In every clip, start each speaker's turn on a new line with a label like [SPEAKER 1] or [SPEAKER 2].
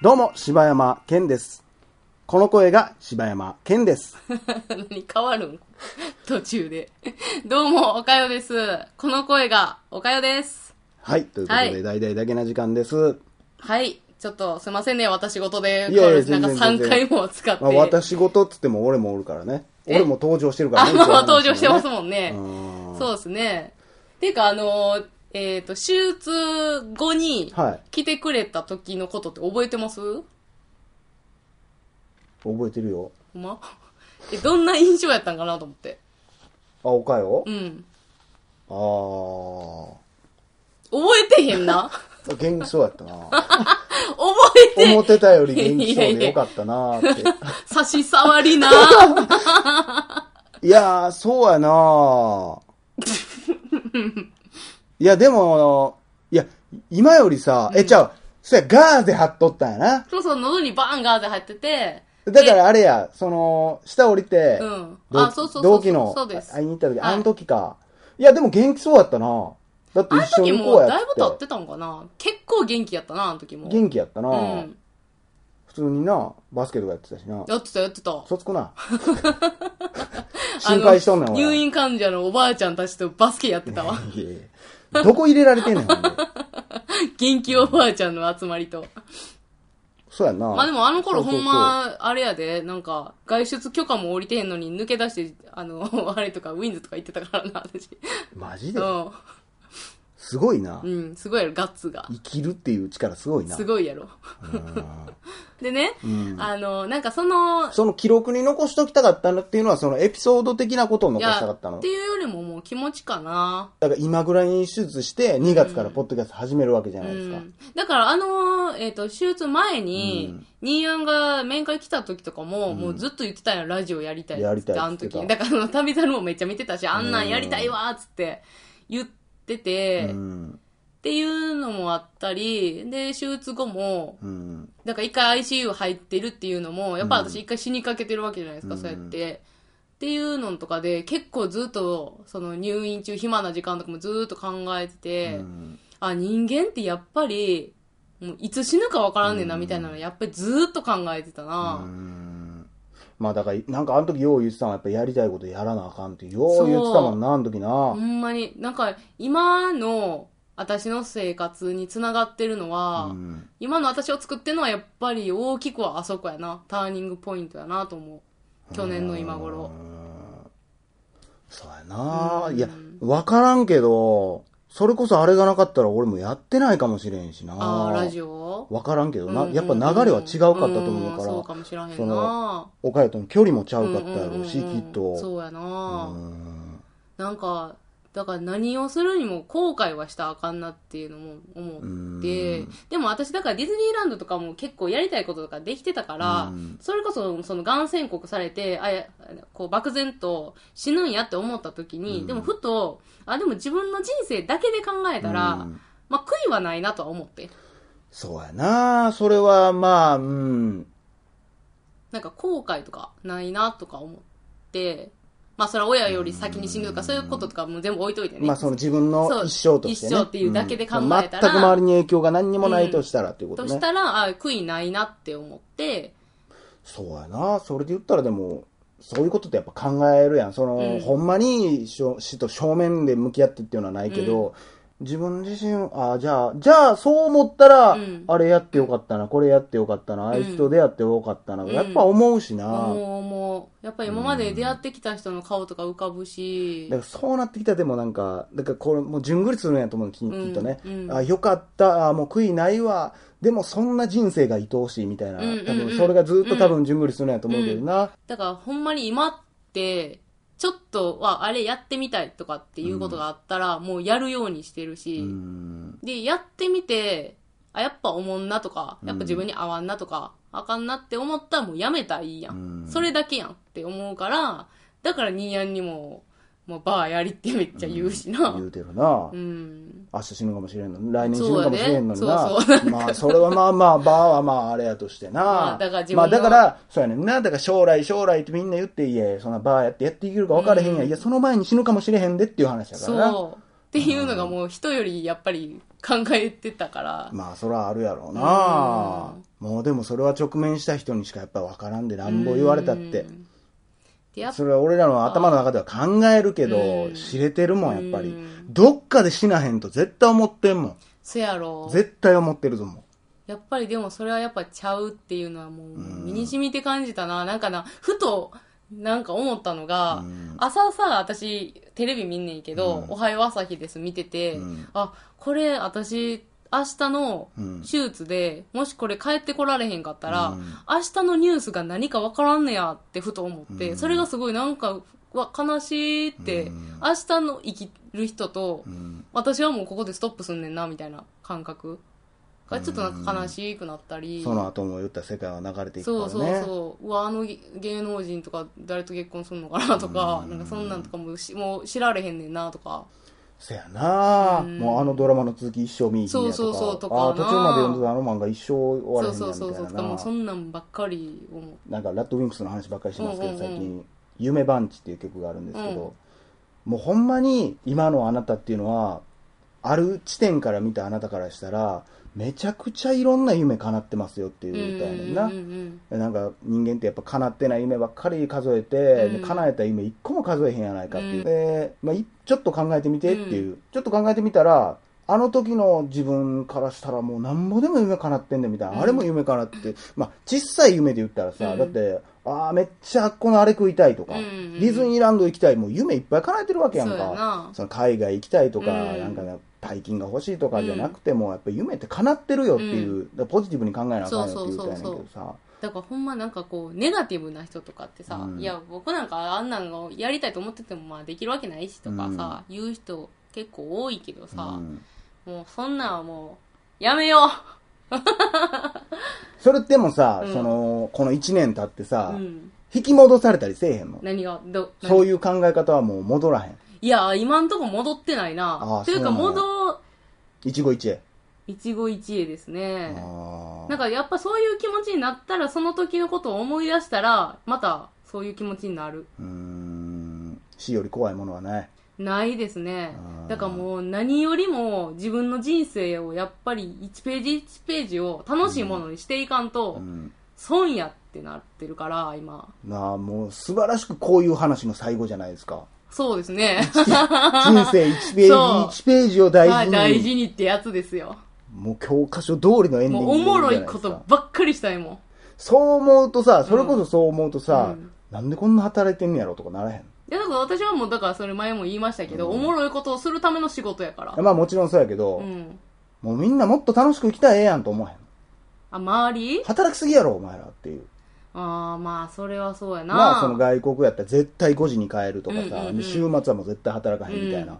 [SPEAKER 1] どうも、柴山健です。この声が柴山健です。
[SPEAKER 2] 何変わるん 途中で。どうも、おかよです。この声が、おかよです。
[SPEAKER 1] はい、ということで、
[SPEAKER 2] はい
[SPEAKER 1] 大々だけな時間です。
[SPEAKER 2] はい。ちょっと、すいませんね、私事で。
[SPEAKER 1] いやいや
[SPEAKER 2] な
[SPEAKER 1] 全
[SPEAKER 2] んか
[SPEAKER 1] 然全
[SPEAKER 2] 3
[SPEAKER 1] 然
[SPEAKER 2] 回も使って。
[SPEAKER 1] まあ、私事っつっても俺もおるからね。
[SPEAKER 2] え
[SPEAKER 1] 俺も登場してるから
[SPEAKER 2] あ、
[SPEAKER 1] ね。
[SPEAKER 2] もう
[SPEAKER 1] 一応話
[SPEAKER 2] 登場してますもん
[SPEAKER 1] う
[SPEAKER 2] ね。
[SPEAKER 1] ん
[SPEAKER 2] そうですね。っていうか、あのー、えっ、と、手術後に
[SPEAKER 1] はい
[SPEAKER 2] 来てくれた時のことって覚えてますほ
[SPEAKER 1] 覚えてるよ。
[SPEAKER 2] んまえ、どんな印象やったんかなと思って。
[SPEAKER 1] あ、おかよ、
[SPEAKER 2] うん。覚えてへ んな
[SPEAKER 1] ああ。元気そうやった な。
[SPEAKER 2] 覚えて
[SPEAKER 1] 思ってたより元気そうでよかったなーって。
[SPEAKER 2] 差し障りな
[SPEAKER 1] いやー、そうやな ーいや、でも、いや、今よりさ、え、ちゃう、そや、ガーゼ貼っとったんやな。
[SPEAKER 2] そうそう、喉にバーンガーゼ入ってて。
[SPEAKER 1] だからあれや、その、下降りて、
[SPEAKER 2] うん
[SPEAKER 1] 同
[SPEAKER 2] あそうそうそう
[SPEAKER 1] 同期の
[SPEAKER 2] そうです
[SPEAKER 1] 会いに行った時、
[SPEAKER 2] はい
[SPEAKER 1] あの時か。いや、でも元気そうやったな。だって
[SPEAKER 2] あの
[SPEAKER 1] 一緒
[SPEAKER 2] 時
[SPEAKER 1] に行こ
[SPEAKER 2] も
[SPEAKER 1] うや
[SPEAKER 2] だいぶ経
[SPEAKER 1] っ。
[SPEAKER 2] っててたんかな結構元気やったな、あの時も。
[SPEAKER 1] 元気やったな、
[SPEAKER 2] うん。
[SPEAKER 1] 普通にな、バスケとかやってたしな。
[SPEAKER 2] やってた、やってた。
[SPEAKER 1] そつく な。心配しとんねん、
[SPEAKER 2] あの
[SPEAKER 1] 俺
[SPEAKER 2] 入院患者のおばあちゃんたちとバスケやってたわ。
[SPEAKER 1] いやいやどこ入れられてんねん、ほんで
[SPEAKER 2] 元気おばあちゃんの集まりと。
[SPEAKER 1] そうやんな。
[SPEAKER 2] まあでもあの
[SPEAKER 1] そ
[SPEAKER 2] 頃
[SPEAKER 1] う
[SPEAKER 2] ほ
[SPEAKER 1] そうそうん
[SPEAKER 2] ま、あれやで、なんか、外出許可も降りてへんのに抜け出して、あの、 あれとか、ウィンズとか行ってたからな、私。
[SPEAKER 1] マジで
[SPEAKER 2] う
[SPEAKER 1] すごいな。
[SPEAKER 2] ん。うん、すごいやろ、ガッツが。
[SPEAKER 1] 生きるっていう力すごいな。
[SPEAKER 2] すごいやろ。でね、あの、なんかその、
[SPEAKER 1] その記録に残しときたかったのっていうのは、そのエピソード的なことを
[SPEAKER 2] い
[SPEAKER 1] 残したか
[SPEAKER 2] や
[SPEAKER 1] ったの
[SPEAKER 2] って。いうよりももう気持ちかな。
[SPEAKER 1] だから今ぐらいに手術して、2月からポッドキャスト始めるわけじゃないですか。
[SPEAKER 2] うん、だからあのーえっ、と、手術前に、ニーアンが面会来た時とかも、もうずっと言ってたよ、ラジオやりたいっつって。
[SPEAKER 1] やりたいっつ
[SPEAKER 2] あ
[SPEAKER 1] っ
[SPEAKER 2] の
[SPEAKER 1] て
[SPEAKER 2] 時
[SPEAKER 1] た。
[SPEAKER 2] だからあの、旅猿もめっちゃ見てたし、あんなんやりたいわーっつって言ってて、
[SPEAKER 1] う
[SPEAKER 2] っ
[SPEAKER 1] ん。
[SPEAKER 2] ていうのもあったり、で、手術後も、
[SPEAKER 1] うん。
[SPEAKER 2] だから一回 ICU 入ってるっていうのも、やっぱ私一回死にかけてるわけじゃないですか、そうやって。っていうのとかで、結構ずっと、その入院中暇な時間とかもずっと考えてて、
[SPEAKER 1] うん
[SPEAKER 2] あ、人間ってやっぱり、もういつ死ぬかわからんねんな、みたいなの、やっぱりずーっと考えてた
[SPEAKER 1] う
[SPEAKER 2] な。
[SPEAKER 1] んまあだから、なんかあの時よう言ってたのは、やっぱやりたいことやらなあかんって、よう言ってたもんな、あの時な
[SPEAKER 2] ほ。んまに、なんか、今の、私の生活につながってるのは、
[SPEAKER 1] うん
[SPEAKER 2] 今の私を作ってるのはやっぱり大きくはあそこやな。ターニングポイントやなと思う。去年の今頃。
[SPEAKER 1] そうやな。いや、わからんけど、それこそあれがなかったら俺もやってないかもしれんしな。
[SPEAKER 2] ああ、ラジオ
[SPEAKER 1] わからんけどな。
[SPEAKER 2] うんうんうん
[SPEAKER 1] やっぱ流れは違うかったと思うか
[SPEAKER 2] んそう
[SPEAKER 1] ら
[SPEAKER 2] か、もしらへ
[SPEAKER 1] そ
[SPEAKER 2] んな
[SPEAKER 1] の。おかゆとの距離もちゃうかったや
[SPEAKER 2] うんうん
[SPEAKER 1] ろ
[SPEAKER 2] う
[SPEAKER 1] うんし、きっと。
[SPEAKER 2] そうやな。
[SPEAKER 1] うん
[SPEAKER 2] なんか、だから何をするにも後悔はしたらあかんなっていうのも思って、でも私だからディズニーランドとかも結構やりたいこととかできてたから、
[SPEAKER 1] うん
[SPEAKER 2] それこそそのがん宣告されて、あやこう漠然と死ぬんやって思った時に、でもふと、あ、でも自分の人生だけで考えたら、
[SPEAKER 1] うん
[SPEAKER 2] まあ悔いはないなとは思って。
[SPEAKER 1] そうやな。それは、まあ、うん。
[SPEAKER 2] なんか後悔とかないなとか思って、まあそれは親より先に死ぬとかそういうこととかも全部置いといてね。
[SPEAKER 1] まあ、その自分の
[SPEAKER 2] そう
[SPEAKER 1] 一生としてね。
[SPEAKER 2] 一生っていうだけで考えたら
[SPEAKER 1] ん全く周りに影響が何にもないとしたらっていうこと
[SPEAKER 2] と
[SPEAKER 1] ね。
[SPEAKER 2] したら、あ悔いないなって思って、
[SPEAKER 1] そうやな。それで言ったらでも、そういうことってやっぱ考えるやん。その、
[SPEAKER 2] うん
[SPEAKER 1] ほんまにしょ死と正面で向き合ってっていうのはないけど、自分自身、ああ、じゃあ、じゃあ、そう思ったら、
[SPEAKER 2] うん
[SPEAKER 1] あれやってよかったな、これやってよかったな、あいつと出会ってよかったな、
[SPEAKER 2] ん
[SPEAKER 1] やっぱ思うしな。
[SPEAKER 2] もう、もう、やっぱり今まで出会ってきた人の顔とか浮かぶし
[SPEAKER 1] だか、らそうなってきたらでもなんか、だからこれもうじゅんぐりするんやと思うのき
[SPEAKER 2] ん
[SPEAKER 1] きっとね。
[SPEAKER 2] うん
[SPEAKER 1] あ、よかった、あもう悔いないわ。でもそんな人生が愛おしいみたいな。
[SPEAKER 2] うんうんうん
[SPEAKER 1] 多分それがずっと多分じゅんぐりするんやと思うけどな。
[SPEAKER 2] だからほんまに今って、ちょっとはあれやってみたいとかっていうことがあったら、もうやるようにしてるし、
[SPEAKER 1] うん
[SPEAKER 2] で、やってみて、あ、やっぱおもんなとか、やっぱ自分に合わんなとか、あかんなって思ったらもうやめたらいいやん。
[SPEAKER 1] うん
[SPEAKER 2] それだけやんって思うから、だからニーヤンにも、もうバーやりってめっちゃ言うしな。
[SPEAKER 1] 言うてるな。
[SPEAKER 2] うん
[SPEAKER 1] 明日死ぬかもしれんのに、来年死ぬかもしれんのにな。
[SPEAKER 2] そうやねそうそう
[SPEAKER 1] まあ、それはまあまあ、バーはまあ、あれやとしてな。
[SPEAKER 2] まあだから自分
[SPEAKER 1] まあ、
[SPEAKER 2] の
[SPEAKER 1] だから、そうやねんな。だから将来、将来ってみんな言って、いや、そんなバーやってやっていけるか分からへんや。いや、その前に死ぬかもしれへんでっていう話だからな。
[SPEAKER 2] そう。っていうのがもう人よりやっぱり考えてたから。
[SPEAKER 1] まあ、それはあるやろうな。もうでもそれは直面した人にしかやっぱ分からんで、なんぼ言われたって
[SPEAKER 2] う。ん。でやっぱ
[SPEAKER 1] それは俺らの頭の中では考えるけ
[SPEAKER 2] う
[SPEAKER 1] ど
[SPEAKER 2] ん、
[SPEAKER 1] 知れてるもん、やっぱり
[SPEAKER 2] う。ん
[SPEAKER 1] どっかで死なへんと絶対思ってんも
[SPEAKER 2] そや
[SPEAKER 1] ん。
[SPEAKER 2] ろ。
[SPEAKER 1] 絶対思ってるぞ、も
[SPEAKER 2] やっぱりでもそれはやっぱちゃうっていうのはもう身に染みて感じたな。なんかな、ふとなんか思ったのが、
[SPEAKER 1] うん
[SPEAKER 2] 朝さ、私テレビ見んねんけど、
[SPEAKER 1] うん
[SPEAKER 2] おはよう朝日です見てて、
[SPEAKER 1] うん
[SPEAKER 2] あ、これ私明日の
[SPEAKER 1] うん
[SPEAKER 2] 手術で、もしこれ帰ってこられへんかったら、
[SPEAKER 1] うん
[SPEAKER 2] 明日のニュースが何かわからんねやってふと思って、
[SPEAKER 1] うん
[SPEAKER 2] それがすごいなんか、わ悲しいって、
[SPEAKER 1] うん
[SPEAKER 2] 明日の生きる人と、
[SPEAKER 1] う。うん。
[SPEAKER 2] 私はもうここでストップすんねんなみたいな感覚がちょっとなんか悲しくなったり、
[SPEAKER 1] その後も言った世界は流れてい
[SPEAKER 2] そ
[SPEAKER 1] く
[SPEAKER 2] う
[SPEAKER 1] か
[SPEAKER 2] そう
[SPEAKER 1] らね。
[SPEAKER 2] そううわあの芸能人とか誰と結婚するのかなとか、
[SPEAKER 1] うん
[SPEAKER 2] なんかそんなんとかもしもう知られへんねんなとか
[SPEAKER 1] せやな、
[SPEAKER 2] うん
[SPEAKER 1] もうあのドラマの続き一生見いひんやとか。
[SPEAKER 2] そうそうそうとかな
[SPEAKER 1] ああ、途中まで読んでたあの漫画一生終わら
[SPEAKER 2] そ
[SPEAKER 1] へ
[SPEAKER 2] うん
[SPEAKER 1] や
[SPEAKER 2] そう
[SPEAKER 1] みた
[SPEAKER 2] そうそうと
[SPEAKER 1] い
[SPEAKER 2] かも
[SPEAKER 1] な
[SPEAKER 2] うそんなんばっかり思う
[SPEAKER 1] なんかラッドウィンクスの話ばっかりしてますけど、
[SPEAKER 2] うんうんうん
[SPEAKER 1] 最近「夢バンチ」っていう曲があるんですけど、もうほんまに今のあなたっていうのはある地点から見たあなたからしたらめちゃくちゃいろんな夢叶ってますよっていう歌やねんな、
[SPEAKER 2] うんうんうん
[SPEAKER 1] なんか人間ってやっぱ叶ってない夢ばっかり数えて、
[SPEAKER 2] うん
[SPEAKER 1] 叶えた夢一個も数えへんやないかっていう、
[SPEAKER 2] うん
[SPEAKER 1] でまあ、いちょっと考えてみてっていう、ちょっと考えてみたらあの時の自分からしたらもうなんぼでも夢叶ってんねんみたいな、
[SPEAKER 2] うん
[SPEAKER 1] あれも夢叶ってまあ小さい夢で言ったらさ、
[SPEAKER 2] うん
[SPEAKER 1] だってああめっちゃあっこのあれ食いたいとか、
[SPEAKER 2] うんうん
[SPEAKER 1] ディズニーランド行きたいもう夢いっぱい叶えてるわけやん
[SPEAKER 2] そうや
[SPEAKER 1] か
[SPEAKER 2] な
[SPEAKER 1] その海外行きたいとか、
[SPEAKER 2] うん
[SPEAKER 1] なんかね大金が欲しいとかじゃなくても、やっぱ夢って叶ってるよっていう、
[SPEAKER 2] う
[SPEAKER 1] だからポジティブに考えなあかんよっていう歌やねんけどさ。
[SPEAKER 2] そうそうだからほんまなんかこうネガティブな人とかってさ、
[SPEAKER 1] うん
[SPEAKER 2] いや僕なんかあんなのやりたいと思っててもまあできるわけないしとかさ、言う人結構多いけどさ、
[SPEAKER 1] うん
[SPEAKER 2] もうそんなんはもう、やめよ
[SPEAKER 1] それってもさ、
[SPEAKER 2] うん
[SPEAKER 1] そのこの1年経って
[SPEAKER 2] う、
[SPEAKER 1] さ、
[SPEAKER 2] うん、
[SPEAKER 1] 引き戻されたりせえへんの
[SPEAKER 2] 何が、ど、何
[SPEAKER 1] そういう考え方はもう戻らへん
[SPEAKER 2] いや、今んとこ戻ってないな。
[SPEAKER 1] あー
[SPEAKER 2] という
[SPEAKER 1] そ
[SPEAKER 2] か、
[SPEAKER 1] うなんや
[SPEAKER 2] 戻、
[SPEAKER 1] 一期一会
[SPEAKER 2] 一期一会ですね。
[SPEAKER 1] あー
[SPEAKER 2] なんかやっぱそういう気持ちになったら、その時のことを思い出したら、またそういう気持ちになる。
[SPEAKER 1] うーん死より怖いものはない
[SPEAKER 2] ないですね
[SPEAKER 1] あ。ー
[SPEAKER 2] だからもう何よりも自分の人生をやっぱり1ページ1ページを楽しいものにしていかん
[SPEAKER 1] う
[SPEAKER 2] と、
[SPEAKER 1] ん
[SPEAKER 2] 損やってなってるから、今。
[SPEAKER 1] なあもう素晴らしくこういう話の最後じゃないです か
[SPEAKER 2] そうですね。
[SPEAKER 1] 人生1ページ
[SPEAKER 2] そう
[SPEAKER 1] 1ページを大
[SPEAKER 2] は
[SPEAKER 1] 事
[SPEAKER 2] い
[SPEAKER 1] に、
[SPEAKER 2] 大事にってやつですよ。
[SPEAKER 1] もう教科書通りのエンディング
[SPEAKER 2] もうおもろ
[SPEAKER 1] じゃ
[SPEAKER 2] い
[SPEAKER 1] ないで
[SPEAKER 2] こ
[SPEAKER 1] すか
[SPEAKER 2] とばっかりしたいもん。
[SPEAKER 1] そう思うとさそれこそそう思うとさ、
[SPEAKER 2] うん
[SPEAKER 1] なんでこんな働いてんねやろとかならへん
[SPEAKER 2] いや、だから私はもう、だからそれ前も言いましたけど、おもろいことをするための仕事やから。
[SPEAKER 1] まあもちろんそうやけど、
[SPEAKER 2] うん。
[SPEAKER 1] もうみんなもっと楽しく生きたらええやんと思わへん
[SPEAKER 2] あ、周り
[SPEAKER 1] 働きすぎやろお前らっていう
[SPEAKER 2] ああ、まあ、それはそうやな。
[SPEAKER 1] まあその外国やったら絶対5時に帰るとかさ、
[SPEAKER 2] うんうんうん
[SPEAKER 1] 週末はもう絶対働かへんみたいな、
[SPEAKER 2] うん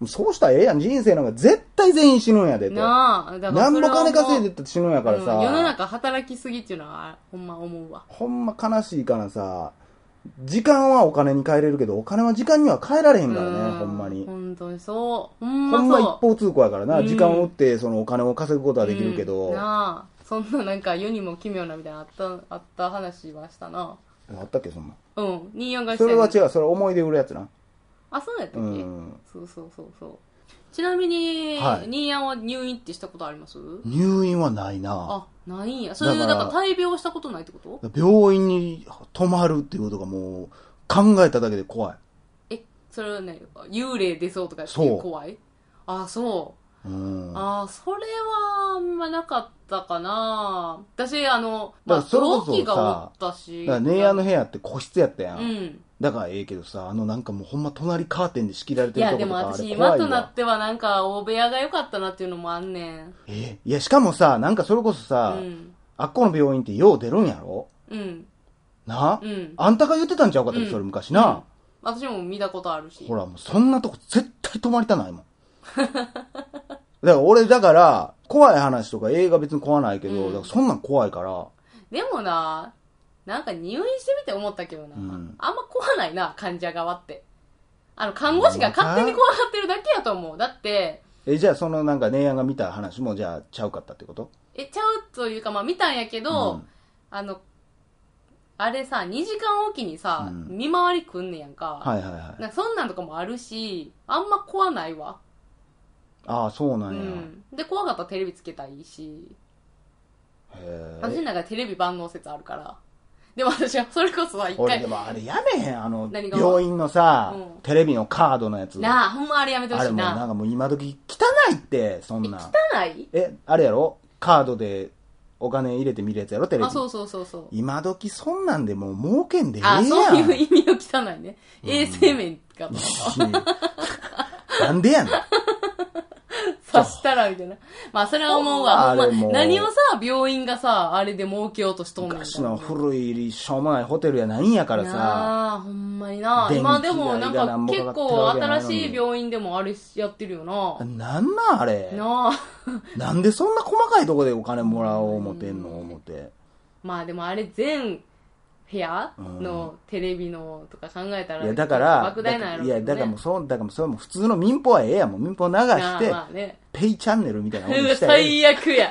[SPEAKER 1] もうそうしたらええやん人生なんか絶対全員死ぬんやでと
[SPEAKER 2] なあ、だから
[SPEAKER 1] な
[SPEAKER 2] そ
[SPEAKER 1] ん
[SPEAKER 2] れ
[SPEAKER 1] ぼ
[SPEAKER 2] はもう。
[SPEAKER 1] 金稼いでったって死ぬんやからさ、
[SPEAKER 2] うん世の中働きすぎっていうのは、ほんま思うわ。
[SPEAKER 1] ほんま悲しいからさ時間はお金に変えれるけどお金は時間には変えられへんからね、
[SPEAKER 2] う
[SPEAKER 1] ほんまに、
[SPEAKER 2] 本当にそう。ほんま
[SPEAKER 1] ほ。
[SPEAKER 2] そ
[SPEAKER 1] ま
[SPEAKER 2] うん
[SPEAKER 1] 一方通行やからな、
[SPEAKER 2] うん
[SPEAKER 1] 時間を打ってそのお金を稼ぐことはできるけど、
[SPEAKER 2] うんなあ、そんななんか世にも奇妙なみたいなあった、あった話はしたな。
[SPEAKER 1] あったっけそんな
[SPEAKER 2] うん、24が
[SPEAKER 1] それは違
[SPEAKER 2] う。
[SPEAKER 1] うそれ思い出売るやつな
[SPEAKER 2] あ、そうやった
[SPEAKER 1] う
[SPEAKER 2] っけ、
[SPEAKER 1] ん
[SPEAKER 2] そうそうそうそう。ちなみに、
[SPEAKER 1] はい
[SPEAKER 2] ニーヤンは入院ってしたことあります
[SPEAKER 1] 入院はないな
[SPEAKER 2] あ、ないんや。そういう、
[SPEAKER 1] だ
[SPEAKER 2] だ
[SPEAKER 1] か
[SPEAKER 2] からら大病したことないってこと
[SPEAKER 1] 病院に泊まるっていうことがもう考えただけで怖い。
[SPEAKER 2] え、それはね、幽霊出そうとかって
[SPEAKER 1] そう
[SPEAKER 2] 怖いあ、そう。
[SPEAKER 1] うん。だか
[SPEAKER 2] あ、それはあんまなかったかな私、あの、ま
[SPEAKER 1] だか
[SPEAKER 2] あ、
[SPEAKER 1] らそれこ
[SPEAKER 2] 同
[SPEAKER 1] そさ
[SPEAKER 2] 期がおったし。
[SPEAKER 1] らネイヤーの部屋って個室やったやん。
[SPEAKER 2] うん。
[SPEAKER 1] だからええけどさ、あのなんかもうほんま隣カーテンで仕切られ
[SPEAKER 2] い
[SPEAKER 1] てる
[SPEAKER 2] や、
[SPEAKER 1] とこ
[SPEAKER 2] で
[SPEAKER 1] と
[SPEAKER 2] も
[SPEAKER 1] かあれ
[SPEAKER 2] 私、
[SPEAKER 1] 怖
[SPEAKER 2] 今
[SPEAKER 1] い
[SPEAKER 2] とな
[SPEAKER 1] わ
[SPEAKER 2] っ。てはなんか、大部屋が良かったなっていうのもあんねん。
[SPEAKER 1] えいや、しかもさ、なんかそれこそうさ、
[SPEAKER 2] ん。
[SPEAKER 1] あっこの病院ってよう出るんやろ
[SPEAKER 2] うん。
[SPEAKER 1] な、
[SPEAKER 2] うん。
[SPEAKER 1] あんたが言ってたんちゃうかったっけ
[SPEAKER 2] うん
[SPEAKER 1] それ昔な、
[SPEAKER 2] 私も見たことあるし。
[SPEAKER 1] ほら、もうそんなとこ絶対泊まりた ないもん。だから俺、だから、怖い話とか映画別に怖ないけど、
[SPEAKER 2] うん
[SPEAKER 1] だからそんなん怖いから、
[SPEAKER 2] でもな、なんか入院してみて思ったけどな、
[SPEAKER 1] うん
[SPEAKER 2] あんま怖ないな、患者側って。あの、看護師が勝手に怖がってるだけやと思う。だって、
[SPEAKER 1] え、じゃあそのなんか姉やんが見た話もじゃあちゃうかったってこと
[SPEAKER 2] え、ちゃうというか、まあ見たんやけど、
[SPEAKER 1] うん
[SPEAKER 2] あの、あれさ、2時間おきにさ、
[SPEAKER 1] うん
[SPEAKER 2] 見回りくんねやんか。
[SPEAKER 1] はいはいはい。
[SPEAKER 2] なんかそんなんとかもあるし、あんま怖ないわ。
[SPEAKER 1] ああ、そうな
[SPEAKER 2] うん
[SPEAKER 1] や。
[SPEAKER 2] ん、で怖かったらテレビつけたらいいし
[SPEAKER 1] へ
[SPEAKER 2] 私
[SPEAKER 1] え。
[SPEAKER 2] の中でテレビ万能説あるからでも私はそれこそは一
[SPEAKER 1] 俺
[SPEAKER 2] 回
[SPEAKER 1] でもあれやめへん、あの、
[SPEAKER 2] 何が
[SPEAKER 1] 病院のさ
[SPEAKER 2] うん、
[SPEAKER 1] テレビのカードのやつ。
[SPEAKER 2] なあほんまあれやめてほ
[SPEAKER 1] あ
[SPEAKER 2] し
[SPEAKER 1] れ
[SPEAKER 2] い
[SPEAKER 1] もうなん
[SPEAKER 2] な
[SPEAKER 1] かもう今時汚いって、そんな。
[SPEAKER 2] 汚い
[SPEAKER 1] え、あれやろカードでお金入れて見るやつやろテレビ
[SPEAKER 2] あ。そうそうそうそう
[SPEAKER 1] 今時そんなんでもう儲けんでええやん。
[SPEAKER 2] あそういう意味の汚いね衛生面かと思っ
[SPEAKER 1] なんでやねん。
[SPEAKER 2] た刺したらみたいなまあそれは思うわ
[SPEAKER 1] あれ
[SPEAKER 2] ほんま
[SPEAKER 1] もう
[SPEAKER 2] 何をさ病院がさあれで儲けようとしとんねんみたいな
[SPEAKER 1] 昔の古いしょうもないホテルやないんやからさ。
[SPEAKER 2] なあほんまにな
[SPEAKER 1] 電気代が
[SPEAKER 2] 今でもなんか
[SPEAKER 1] なんぼかか
[SPEAKER 2] 結
[SPEAKER 1] ってるわ
[SPEAKER 2] 構
[SPEAKER 1] けやない
[SPEAKER 2] 新
[SPEAKER 1] のに
[SPEAKER 2] しい病院でもあれやってるよな
[SPEAKER 1] なんなんあれ。
[SPEAKER 2] なあ
[SPEAKER 1] なんでそんな細かいとこでお金もらおう思てんの思て。
[SPEAKER 2] まあでもあれ全部屋のテレビのとか考えたら
[SPEAKER 1] いや、だから、
[SPEAKER 2] 莫大なんやろ
[SPEAKER 1] いや、だからもう
[SPEAKER 2] う
[SPEAKER 1] そう、だからもうそれも普通の民放はええやんもう民放流
[SPEAKER 2] けどね
[SPEAKER 1] し
[SPEAKER 2] なあ
[SPEAKER 1] て、
[SPEAKER 2] まあね
[SPEAKER 1] ペイチャンネルみたいなもんにしたらええ
[SPEAKER 2] 最悪 や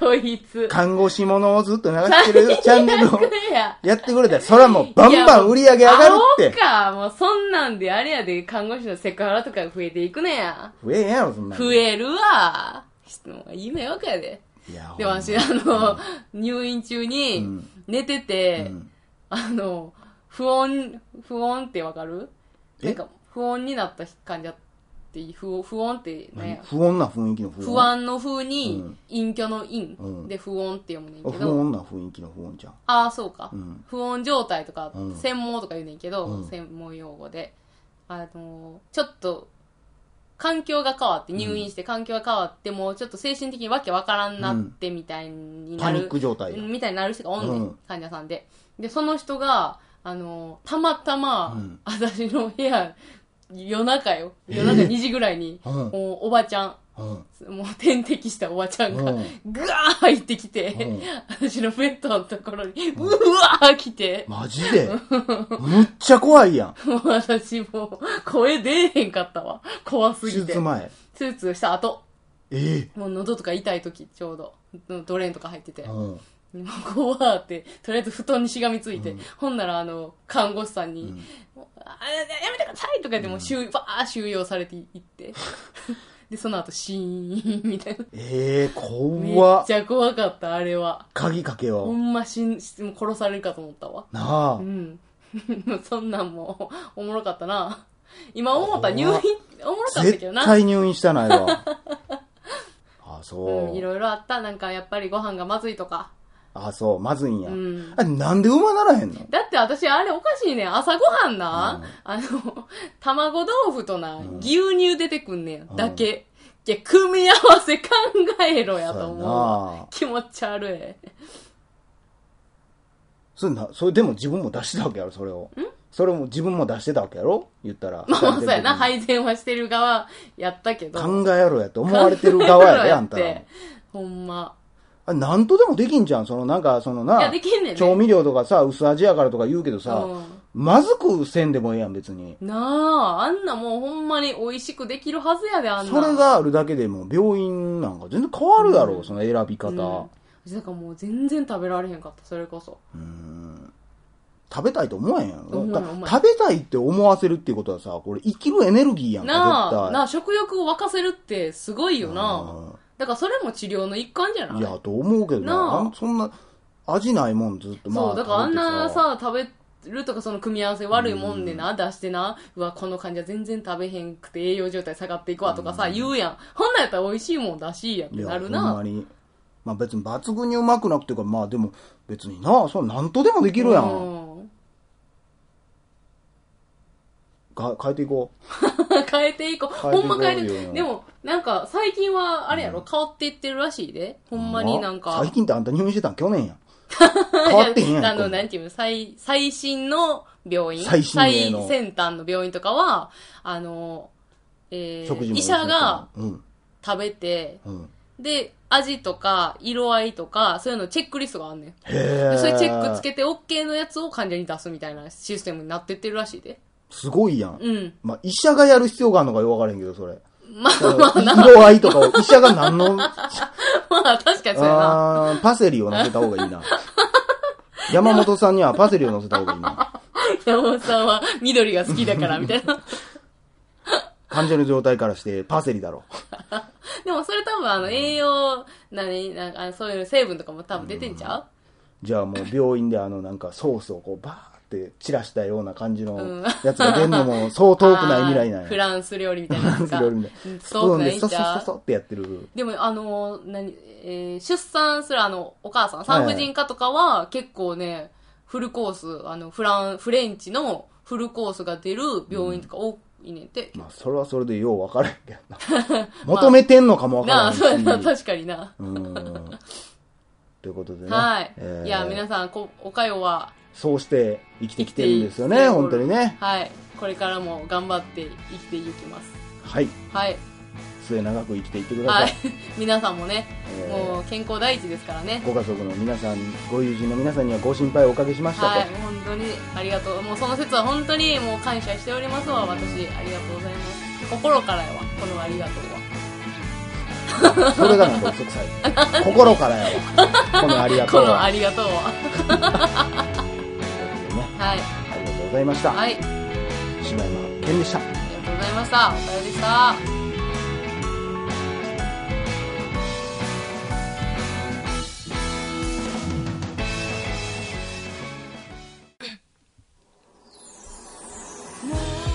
[SPEAKER 2] こいつ
[SPEAKER 1] 看護師ものをずっと流してるチャンネルを
[SPEAKER 2] 最悪や
[SPEAKER 1] やってくれたら、それはもうバンバン売り上げ上がるっ
[SPEAKER 2] 青
[SPEAKER 1] て。
[SPEAKER 2] かもうそんなんであれやで看護師のセクハラとかが増えていくねや
[SPEAKER 1] 増えんやろ、そんなん。
[SPEAKER 2] 増えるわもう夢わかやで
[SPEAKER 1] いや、
[SPEAKER 2] で
[SPEAKER 1] ほんま
[SPEAKER 2] 私あの、入院中に寝てて、
[SPEAKER 1] ん
[SPEAKER 2] あの不穏不穏ってわかる
[SPEAKER 1] え
[SPEAKER 2] なんか不穏になった患者って不穏不穏ってなんや
[SPEAKER 1] 不穏な雰囲気の不穏。
[SPEAKER 2] 不安の風に、
[SPEAKER 1] うん
[SPEAKER 2] 隠居の陰、
[SPEAKER 1] うん
[SPEAKER 2] で不穏って読むねん
[SPEAKER 1] あ
[SPEAKER 2] け
[SPEAKER 1] 不
[SPEAKER 2] ど
[SPEAKER 1] 穏な雰囲気の不穏じゃん。
[SPEAKER 2] ああそうか、
[SPEAKER 1] うん
[SPEAKER 2] 不穏状態とか、
[SPEAKER 1] うん
[SPEAKER 2] 専門とか言うねんけど、
[SPEAKER 1] うん
[SPEAKER 2] 専門用語であのちょっと環境が変わって入院して環境が変わって、もうちょっと精神的にわけわからんなってみたいにな
[SPEAKER 1] パ
[SPEAKER 2] る、
[SPEAKER 1] ニック状態や。
[SPEAKER 2] みたいになる人がおんねん、
[SPEAKER 1] うん
[SPEAKER 2] 患者さんで。で、その人が、あの、たまたま、
[SPEAKER 1] うん
[SPEAKER 2] 私の部屋、夜中よ。夜中
[SPEAKER 1] えー
[SPEAKER 2] 2時ぐらいに、
[SPEAKER 1] うん
[SPEAKER 2] もうおばちゃん、
[SPEAKER 1] うん。
[SPEAKER 2] もう点滴したおばちゃんが、
[SPEAKER 1] うん
[SPEAKER 2] ぐわー入ってきて、
[SPEAKER 1] うん
[SPEAKER 2] 私のベッドのところに、うわー来て、
[SPEAKER 1] マジでむっちゃ怖いやん。
[SPEAKER 2] もう私もう、声出えへんかったわ。怖す
[SPEAKER 1] 手
[SPEAKER 2] ぎて
[SPEAKER 1] 術。前。
[SPEAKER 2] 手術した後、
[SPEAKER 1] え
[SPEAKER 2] もう喉とか痛い時、ちょうど、ドレーンとか入ってて
[SPEAKER 1] え。。うん。
[SPEAKER 2] もう怖ーって、とりあえず布団にしがみついて、ほんならあの、看護師さんに、もうあややめてくださいとか言って、もう収、ばー収容されていって。 で、その後、シーン、みたいな。
[SPEAKER 1] ええ
[SPEAKER 2] め
[SPEAKER 1] 怖
[SPEAKER 2] っ
[SPEAKER 1] っ
[SPEAKER 2] ち。ゃ怖かった、あれは。
[SPEAKER 1] 鍵かけよ
[SPEAKER 2] ほ
[SPEAKER 1] う。
[SPEAKER 2] んま死ん、もう殺されるかと思ったわ。
[SPEAKER 1] なあ
[SPEAKER 2] う。ん。そん なんもう、おもろかったな。今思った、入院
[SPEAKER 1] 怖っ、
[SPEAKER 2] おもろかったけど
[SPEAKER 1] 絶
[SPEAKER 2] な。
[SPEAKER 1] 対入院したない わ。あ、
[SPEAKER 2] うん、
[SPEAKER 1] そ。
[SPEAKER 2] いうろいろあった。なんか、やっぱりご飯がまずいとか。
[SPEAKER 1] あ、そう。まずいんや
[SPEAKER 2] うん。
[SPEAKER 1] あ、なんで馬ならへんの
[SPEAKER 2] だって私、あれおかしいねん。朝ごはんな、あの、卵豆腐とな、牛乳出てくんねん。
[SPEAKER 1] うん
[SPEAKER 2] だけ。いや、組み合わせ考えろや
[SPEAKER 1] そ
[SPEAKER 2] と
[SPEAKER 1] うや
[SPEAKER 2] 思う。
[SPEAKER 1] な
[SPEAKER 2] 気持ち悪い。
[SPEAKER 1] それな、それでも自分も出してたわけやろ、それを。それも自分も出してたわけやろ言ったら。
[SPEAKER 2] まあ、そうやな。
[SPEAKER 1] はい。
[SPEAKER 2] 配膳はしてる側やったけど。
[SPEAKER 1] 考えろやと思われてる側やで、あんた
[SPEAKER 2] 考えろ
[SPEAKER 1] ら
[SPEAKER 2] やっ。てほんま。
[SPEAKER 1] あ、なんとでもできんじゃん。その、なんか、その
[SPEAKER 2] い
[SPEAKER 1] な、
[SPEAKER 2] や、できんねんね。
[SPEAKER 1] 調味料とかさ、薄味やからとか言うけどさ、
[SPEAKER 2] う
[SPEAKER 1] まずくせんでもええやん、別に。
[SPEAKER 2] んなあ、あんなもうほんまに美味しくできるはずやで、あんな。
[SPEAKER 1] それがあるだけでも、病院なんか全然変わるやろ、
[SPEAKER 2] うん
[SPEAKER 1] その選び方。
[SPEAKER 2] うん私だからもう全然食べられへんかった、それこそ。
[SPEAKER 1] うん食べたいと思わへんやろ。
[SPEAKER 2] 思わへん思わ
[SPEAKER 1] だ
[SPEAKER 2] へん
[SPEAKER 1] 食べたいって思わせるっていうことはさ、これ生きるエネルギーやんか、絶
[SPEAKER 2] なあ、
[SPEAKER 1] 対。
[SPEAKER 2] なあ、食欲を沸かせるってすごいよな。だからそれも治療の一環じゃない
[SPEAKER 1] いや、と思うけどな。
[SPEAKER 2] なあ
[SPEAKER 1] あんそんな、味ないもんずっと。ま
[SPEAKER 2] そう、だからあんな
[SPEAKER 1] 食べて
[SPEAKER 2] さ、食べるとかその組み合わせ悪いもんでな、出してな、うわ、この患者全然食べへんくて栄養状態下がっていくわとかさ、言うやん。ほんなんやったら美味しいもんだしいやんって
[SPEAKER 1] いや
[SPEAKER 2] なる
[SPEAKER 1] ほんま
[SPEAKER 2] な。
[SPEAKER 1] に。まあ別に抜群にうまくなくていうか、まあでも別にな、そうなんとでもできるやん。
[SPEAKER 2] うん。
[SPEAKER 1] か変えていこう。
[SPEAKER 2] 変えていこう。
[SPEAKER 1] 変えて
[SPEAKER 2] ほ
[SPEAKER 1] いこうん
[SPEAKER 2] ま変え
[SPEAKER 1] よ
[SPEAKER 2] て。でも、なんか、最近は、あれやろ、変わっていってるらしいで。ほんまになん
[SPEAKER 1] まあ
[SPEAKER 2] か
[SPEAKER 1] 最。近ってあんた入院してたん去 年やん。変わってへんやん
[SPEAKER 2] い
[SPEAKER 1] か。
[SPEAKER 2] あの、なんていうの、最、最新の病院。
[SPEAKER 1] 最新鋭の
[SPEAKER 2] 最先端の病院とかは、あの、え
[SPEAKER 1] 食事
[SPEAKER 2] ー、
[SPEAKER 1] も
[SPEAKER 2] 医者が、
[SPEAKER 1] うん、
[SPEAKER 2] 食べて、
[SPEAKER 1] うん。
[SPEAKER 2] で、味とか、色合いとか、そういうのチェックリストがあんねん。
[SPEAKER 1] へえ。
[SPEAKER 2] でそれチェックつけて OK のやつを患者に出すみたいなシステムになってってるらしいで。
[SPEAKER 1] すごいやん。
[SPEAKER 2] うん。
[SPEAKER 1] まあ医者がやる必要があるのかよくわからへんけど、それ。
[SPEAKER 2] まあまあな、
[SPEAKER 1] 色合いとかを医者が 何の、
[SPEAKER 2] まあ確かにそうやな。
[SPEAKER 1] あーパセリを乗せた方がいい な。山本さんにはパセリを乗せた方がいいな。
[SPEAKER 2] 山本さんは緑が好きだからみたいな。
[SPEAKER 3] 感情の状態からしてパセリだろ。
[SPEAKER 2] でもそれ多分あの栄養、何、なんかあのそういう成分とかも多分出てんちゃう、
[SPEAKER 3] じゃあもう病院であのなんかソースをこうバーって散らしたような感じ
[SPEAKER 2] うん
[SPEAKER 3] のやつが出んのもそう遠くない未来
[SPEAKER 2] あー
[SPEAKER 3] なん
[SPEAKER 2] フ
[SPEAKER 3] や。
[SPEAKER 2] ランス料理みたいなやつ
[SPEAKER 3] フランス
[SPEAKER 2] が
[SPEAKER 3] 料理みたい
[SPEAKER 2] うん
[SPEAKER 3] な。スプー
[SPEAKER 2] 遠く
[SPEAKER 3] ン
[SPEAKER 2] な
[SPEAKER 3] で
[SPEAKER 2] いん
[SPEAKER 3] そ
[SPEAKER 2] ち
[SPEAKER 3] そ
[SPEAKER 2] ゃ
[SPEAKER 3] そうそってやってる。
[SPEAKER 2] でも、あのー、何、えー出産するあの、お母さん、産婦人科とかは結構ね、フルコース、あの、フラン、フレンチのフルコースが出る病院とか多いねんて。
[SPEAKER 3] まあそれはそれでよう分からへんけどな。 求めてんのかも分から
[SPEAKER 2] な
[SPEAKER 3] へ
[SPEAKER 2] あ、
[SPEAKER 3] んし。
[SPEAKER 2] そうやな、確かにな。
[SPEAKER 3] うんということでね。
[SPEAKER 2] はい。
[SPEAKER 3] えー
[SPEAKER 2] いや、皆さん、こおかよは、
[SPEAKER 3] そうして生きてきてるんですよ
[SPEAKER 2] 生き
[SPEAKER 3] ね、
[SPEAKER 2] ていく
[SPEAKER 3] 本当にね。
[SPEAKER 2] はい、これからも頑張って生きていきます。
[SPEAKER 3] はい。
[SPEAKER 2] はい。
[SPEAKER 3] 末長く生きていってくださ。
[SPEAKER 2] はいい。 皆さんもね、
[SPEAKER 3] えー
[SPEAKER 2] もう健康第一ですからね。
[SPEAKER 3] ご家族の皆さん、ご友人の皆さんにはご心配をおかけしましたと。
[SPEAKER 2] はい、本当にありがとう。もうその説は本当にもう感謝しておりますわ、私。ありがとうございます。心からやわ、このありがとうは。
[SPEAKER 3] それがなんか嘘くさい。 心からやわ。このありがと
[SPEAKER 2] こ
[SPEAKER 3] う
[SPEAKER 2] の
[SPEAKER 3] は。
[SPEAKER 2] ありがとうは。
[SPEAKER 3] ねあ
[SPEAKER 2] はい。
[SPEAKER 3] りがとうございました。
[SPEAKER 2] はい。
[SPEAKER 3] 柴山健でした。
[SPEAKER 2] ありがとうございました。お疲れでした。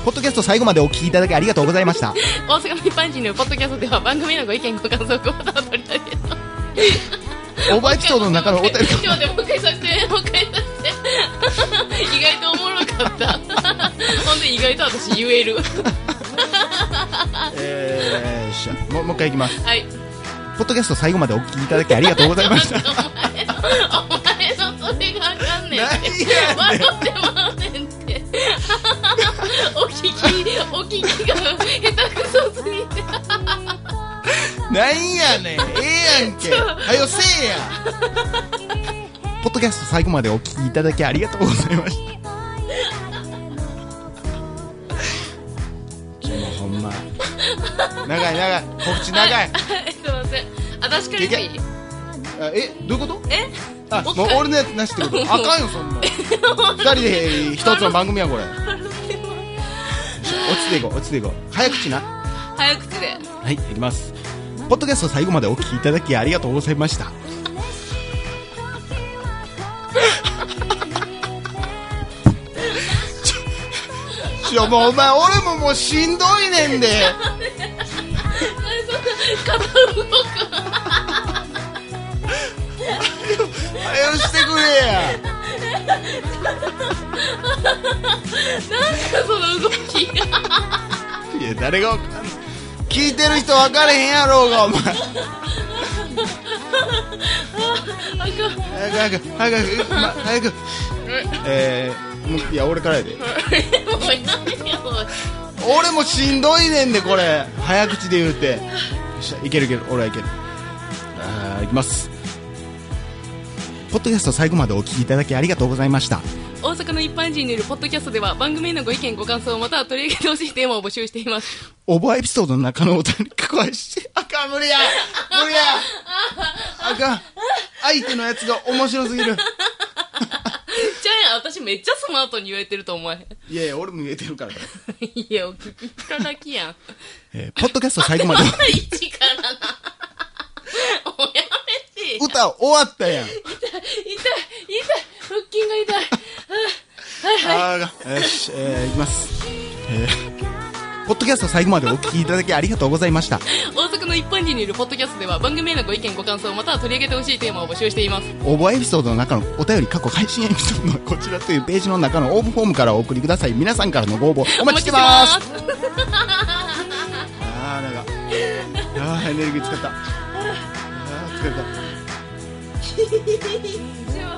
[SPEAKER 1] ポッドキャスト最後までお聞きいただきありがとうございました。
[SPEAKER 2] 大阪の一般人のポッドキャストでは番組のご意見、ご感想、ごまたを取り上げた。
[SPEAKER 1] オーバーエピソードの 中のお便り
[SPEAKER 2] ちょっと待って、もう一回させて、もう一回させて。意外とおもろかった。 本当に意外と私言える。
[SPEAKER 1] えーしょもうもう一回いきます。
[SPEAKER 2] はい。
[SPEAKER 1] ポッドキャスト最後までお聞きいただきありがと うございました。
[SPEAKER 2] お前の、お前のそれがあかんねんって。
[SPEAKER 1] 何
[SPEAKER 2] 笑ってまうねんって。お聞き、お聞きが下手くそすぎて。
[SPEAKER 1] なんやねん。ええやんけ。はよせえや。ポッドキャスト最後までお聞きいただきありがとうございました。
[SPEAKER 3] でもほんま、
[SPEAKER 1] 長い長い。告知長い。
[SPEAKER 2] すいません。私からでもいい
[SPEAKER 1] いあえ、どういうこと
[SPEAKER 2] え
[SPEAKER 1] あ、
[SPEAKER 2] もう一
[SPEAKER 1] もう
[SPEAKER 2] 回
[SPEAKER 1] 俺のやつなしってことあかんよ、そんなん。二人で一つの番組や、これ。落ちていこう、落ちていこう。早口な。
[SPEAKER 2] 早口で。
[SPEAKER 1] はい、いきます。ポッドキャスト最後までお聞きいただきありがとうございました。ちょ、もうお前、俺ももうしんどいねんで。はよしてくれや。
[SPEAKER 2] その動きが。
[SPEAKER 1] いや、誰がわかんない。聞いてる人分かれへんやろうが、お前。
[SPEAKER 2] あかん。
[SPEAKER 1] 早く早く早く、ま、早くえー、もういや俺からやで
[SPEAKER 2] もういないよ。
[SPEAKER 1] 俺もしんどいねんでこれ早口で言うてよっしゃいけるいける俺はいけるあーいきますポッドキャスト最後までお聞きいただきありがとうございました
[SPEAKER 2] 大阪の一般人によるポッドキャストでは番組へのご意見、ご感想、または取り上げてほしいテーマを募集しています。
[SPEAKER 1] オーバーエピソードの中のお便り加えして あかん無理や無理やあかん相手のやつが面白すぎ る
[SPEAKER 2] じゃあ、私めっちゃスマートに言えてると思わへん。
[SPEAKER 1] いやいや俺も言えてるから、
[SPEAKER 2] いや、お聞 きいただきやん。
[SPEAKER 1] えーポッドキャスト最後まで
[SPEAKER 2] 一からな。 もうやめて。痛い、
[SPEAKER 1] 歌終わったやん
[SPEAKER 2] 痛い、腹筋が痛い。
[SPEAKER 1] あーよし、えー、いきます、えー、ポッドキャスト最後までお聞きいただきありがとうございました
[SPEAKER 2] 大阪の一般人によるポッドキャストでは番組へのご意見、ご感想、または取り上げてほしいテーマを募集しています。
[SPEAKER 1] 応募エピソードの中のお便り過去配信エピソードはこちらというページの中の応募フォームからお送りください皆さんからのご応募お待ちしてます
[SPEAKER 2] お待ちしてま
[SPEAKER 1] あーなんかあーエネルギー使ったあー疲れた
[SPEAKER 2] す。